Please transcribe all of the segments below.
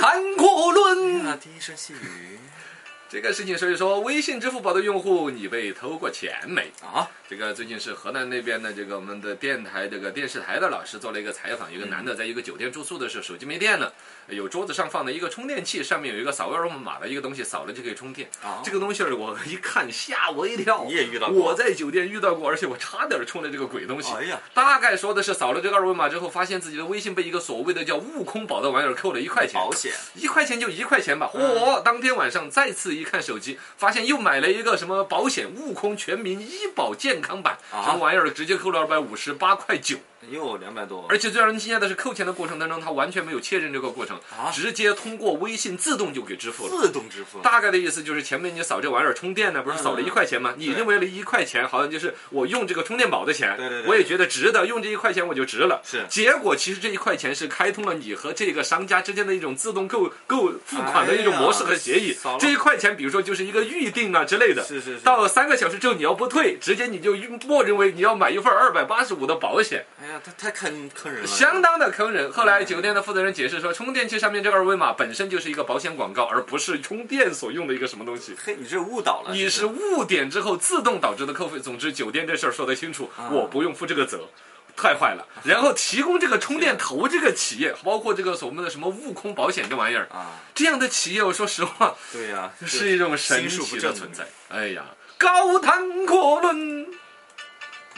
南国论。那第一声细语这个事情，所以说微信、支付宝的用户，你被偷过钱没？啊，这个最近是河南那边的这个我们的电台这个电视台的老师做了一个采访，一个男的在一个酒店住宿的时候，手机没电了，有桌子上放的一个充电器，上面有一个扫二维码的一个东西，扫了就可以充电。啊这个东西儿我一看吓我一跳，你也遇到过我在酒店遇到过，而且我差点充了这个鬼东西。哎呀大概说的是扫了这个二维码之后，发现自己的微信被一个所谓的叫悟空宝的网友扣了一块钱，保险一块钱就一块钱吧。嚯、嗯当天晚上再次一看手机，发现又买了一个什么保险悟空全民医保健康版，啊什么玩意儿，直接扣了二百五十八块九。又两百多，而且最让人惊讶的是，扣钱的过程当中，他完全没有确认这个过程，啊直接通过微信自动就给支付了。自动支付，大概的意思就是前面你扫这玩意儿充电呢，不是扫了一块钱吗？你嗯对认为了一块钱好像就是我用这个充电宝的钱，对对对我也觉得值得，用这一块钱我就值了。是结果其实这一块钱是开通了你和这个商家之间的一种自动购购付款的一种模式和协哎议呀扫。了这一块钱，比如说就是一个预定啊之类的，是是是到三个小时之后你要不退，直接你就默认为你要买一份二百八十五的保险。哎呀，他太坑坑人了，相当的坑人。后来酒店的负责人解释说，充电器上面这个二维码本身就是一个保险广告，而不是充电所用的一个什么东西。嘿，你这误导了，你这是误点之后自动导致的扣费。总之，酒店这事儿说得清楚，啊我不用负这个责。太坏了！然后提供这个充电头这个企业，包括这个所谓的什么悟空保险这玩意儿，啊，这样的企业，我说实话对呀，是一种神心术奇不的正啊存在。哎呀，高谈阔论。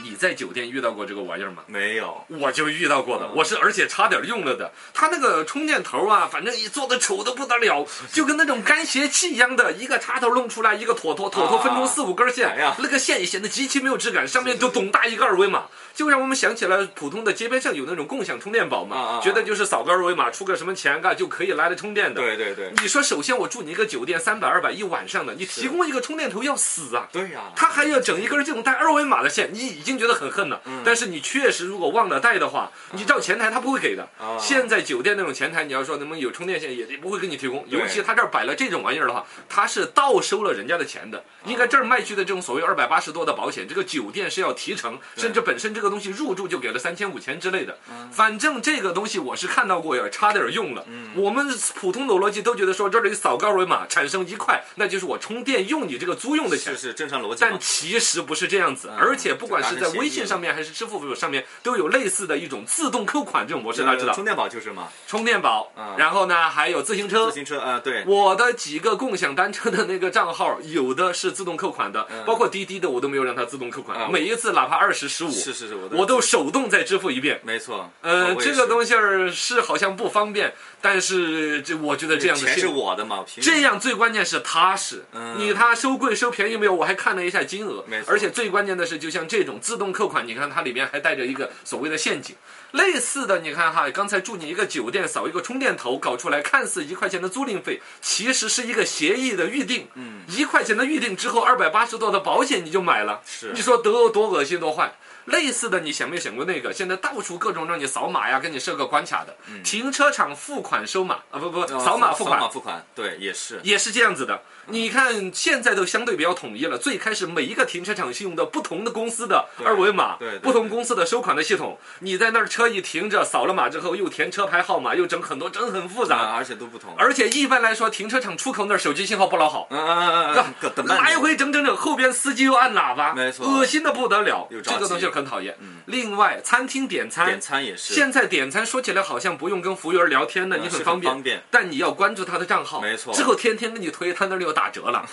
你在酒店遇到过这个玩意儿吗？没有，我就遇到过的，我是而且差点用了的。它那个充电头啊，反正一做的丑的不得了，就跟那种干鞋器一样的，一个插头弄出来一个妥妥妥妥，啊分出四五根线哎呀，那个线也显得极其没有质感，上面就董大一个二维码，就让我们想起来普通的街边上有那种共享充电宝啊啊嘛啊，觉得就是扫个二维码，出个什么钱啊就可以拿来充电的。对对对，你说，首先我住你一个酒店，三百二百一晚上的，你提供一个充电头要死啊！对呀，他还要整一根这种带二维码的线，你已经觉得很恨了。嗯但是你确实如果忘了带的话，你到前台他不会给的。啊现在酒店那种前台，你要说能不能有充电线，也也不会给你提供。对尤其他这儿摆了这种玩意儿的话，他是倒收了人家的钱的。应该这儿卖去的这种所谓二百八十多的保险，这个酒店是要提成，甚至本身这个东西入住就给了三千五千之类的。嗯反正这个东西我是看到过，呀，差点用了。嗯我们普通的逻辑都觉得说这里扫个二维码产生一块，那就是我充电用你这个租用的钱是。是正常逻辑嘛但，其实不是这样子，而且不管是在微信上面还是支付宝上面，都有类似的一种自动扣款这种模式，大家知道充，电宝就是嘛，充电宝嗯，然后呢还有自行车自。行车啊，对，我的几个共享单车的那个账号，有的是自动扣款的，包括滴滴的，我都没有让它自动扣款，嗯每一次哪怕二十、十五，是是哦是，我我都都手动再支付一遍。没错，啊呃，这个西东西儿是好像不方便，但是这我觉得这样的钱是性我的嘛，我凭什么这样最关键是踏实，嗯你他收贵收便宜没有？我还看了一下金额没，错而且最关键的是，就像这种自动扣款，你看它里面还带着一个所谓的陷阱。类似的，你看哈，刚才住你一个酒店扫一个充电头，搞出来看似一块钱的租赁费，其实是一个协议的预定。嗯，一块钱的预定之后，二百八十多的保险你就买了，是你说得多恶心多坏。类似的，你想没想过那个？现在到处各种让你扫码呀，给你设个关卡的，停车场付款收码啊，不不，啊扫码付款嗯扫，码付款，对，也是也是这样子的。你看，现在都相对比较统一了。最开始每一个停车场是用的不同的公司的二维码，对对对不同公司的收款的系统。你在那儿车一停着，扫了码之后，又填车牌号码，又整很多，真很复杂。啊，而且都不同，而且一般来说，停车场出口那儿手机信号不老好，嗯嗯嗯嗯，等等来回整整整，后边司机又按喇叭，没错恶心的不得了又。这着急嗯个东西很讨厌。另外，餐厅点餐，点餐也是， 现在点餐说起来好像不用跟服务员聊天了，你啊是很很方便，方便但你要关注他的账号，没错之后天天给你推，他那里有打折 了。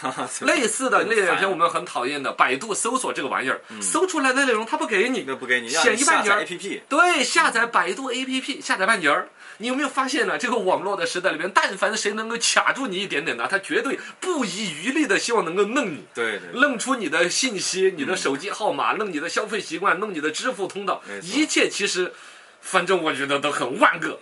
类似的那两天我们很讨厌的，百度搜索这个玩意儿，嗯搜出来的内容他不给你，那不给你，让显你一半下截儿载 APP，对，下载百度 APP，下载半截儿。你有没有发现呢？这个网络的时代里面，但凡谁能够卡住你一点点呢，他绝对不遗余力的希望能够弄你。对对，弄出你的信嗯息、你的手机号码、弄你的消费习惯、弄你的支付通道没，错一切其实，反正我觉得都很万 恶。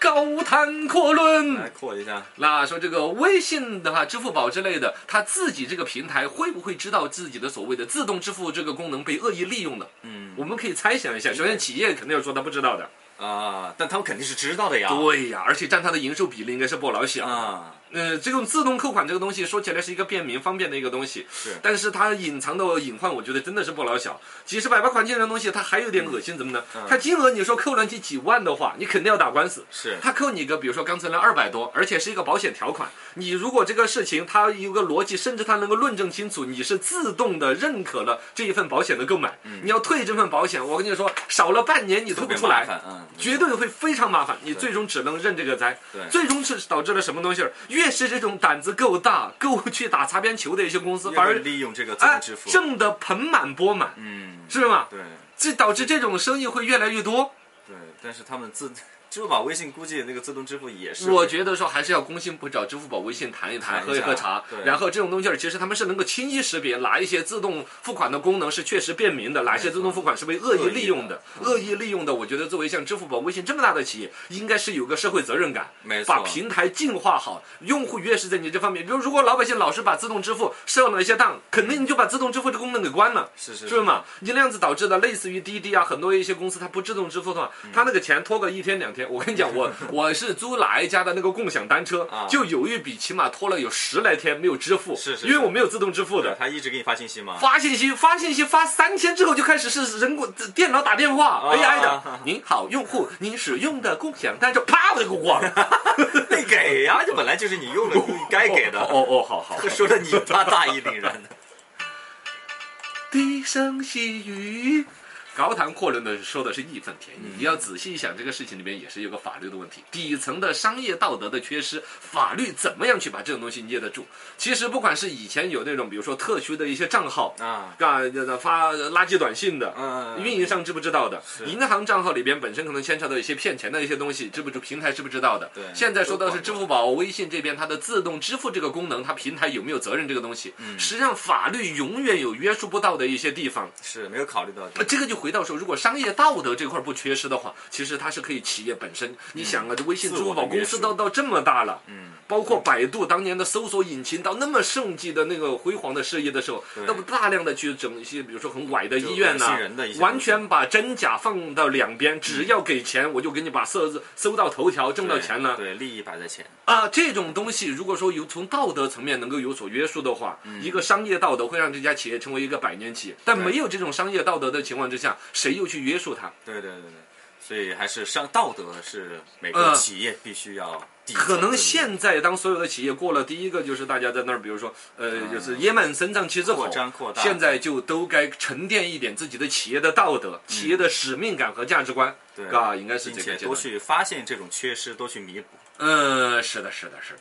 高谈阔论来，扩一下，那说这个微信的话、支付宝之类的，它自己这个平台会不会知道自己的所谓的自动支付这个功能被恶意利用呢？嗯我们可以猜想一下，首先企业肯定要说它不知道的，啊，但他们肯定是知道的呀，对呀，而且占它的营收比例应该是不老小。啊，呃，这种自动扣款这个东西说起来是一个便民方便的一个东西，是但是它隐藏的隐患，我觉得真的是不老小。几十百八块钱的东西，它还有点恶心，怎么呢？它金额你说扣了你几万的话，你肯定要打官司。是他扣你个，比如说刚才那二百多，而且是一个保险条款。你如果这个事情它有个逻辑，甚至它能够论证清楚，你是自动的认可了这一份保险的购买。嗯你要退这份保险，我跟你说，少了半年你退特不别出麻来。烦，嗯，绝对会非常麻烦，你最终只能认这个灾。对最终是导致了什么东西儿？越是这种胆子够大、够去打擦边球的一些公司，越反会而利用这个自哎动支付，挣得盆满钵满，嗯，是吗？对这导致这种生意会越来越多。对，但是他们自支付宝、微信估计那个自动支付也是我会，觉得说还是要工信部找支付宝、微信谈一谈，谈一喝一下喝茶。对然后这种东西儿，其实他们是能够轻易识别哪一些自动付款的功能是确实便民的，哪些自动付款是被恶意利用的。恶意利用的，我觉得作为像支付宝、微信这么大的企业，应该是有个社会责任感，没错把平台净化好。用户越是在你这方面，比如如果老百姓老是把自动支付设了一些档，肯定你就把自动支付这功能给关了。是是是嘛？你那样子导致的，类似于滴滴啊，很多一些公司它不自动支付的话，嗯它那个钱拖个一天两天。我跟你讲， 我我是租哪一家的那个共享单车啊，就有一笔起码拖了有十来天没有支付，是是因为是我没有自动支付的。他一直给你发信息吗？发信息，发信息，发三天之后就开始是人工电脑打电话啊 AI 的。您好，用户，您使用的共享单车，啪，我就给我挂了。得给呀，这本来就是你用的，你该 给的。哦哦，好好。好这说的你他大义凛 然的，低声细语。高谈阔论的说的是义愤填膺，你要仔细想这个事情里面也是有个法律的问题，底层的商业道德的缺失，法律怎么样去把这种东西捏得住？其实不管是以前有那种比如说特区的一些账号啊啊，发垃圾短信的，嗯运营商知不知道的？银行账号里边本身可能牵扯到一些骗钱的一些东西，知不知平台知不知道的？对现在说到都是管支付宝、微信这边它的自动支付这个功能，它平台有没有责任这个东西？嗯实际上法律永远有约束不到的一些地方。是没有考虑到呃，这个就回到说，如果商业道德这块不缺失的话，其实它是可以企业本身。你想啊，这微信、支嗯自我付宝的约公司束都到这么大了，嗯，包括百度当年的搜索引擎到那么盛极的那个辉煌的事业的时候，对那么大量的去整一些，比如说很歪的就医院呐、恶心人的一些完东西嗯全把真假放到两边，只要给钱，我就给你把色子搜到头条，挣到钱了。对，利益摆在前，啊，这种东西如果说有从道德层面能够有所约束的话，嗯一个商业道德会让这家企业成为一个百年企业。但对没有这种商业道德的情况之下，谁又去约束它？对对对对，所以还是上道德是每呃个企业必须要底层的可能现在当所有的企业过了第一个，就是大家在那儿，比如说，呃，就是野蛮生长期之后啊扩，张扩大，现在就都该沉淀一点自己的企业的道德、企业的使命感和价值观，嗯对啊，应该是并这且个阶多段。去发现这种缺失，多去弥补。嗯，是的，是的，是的。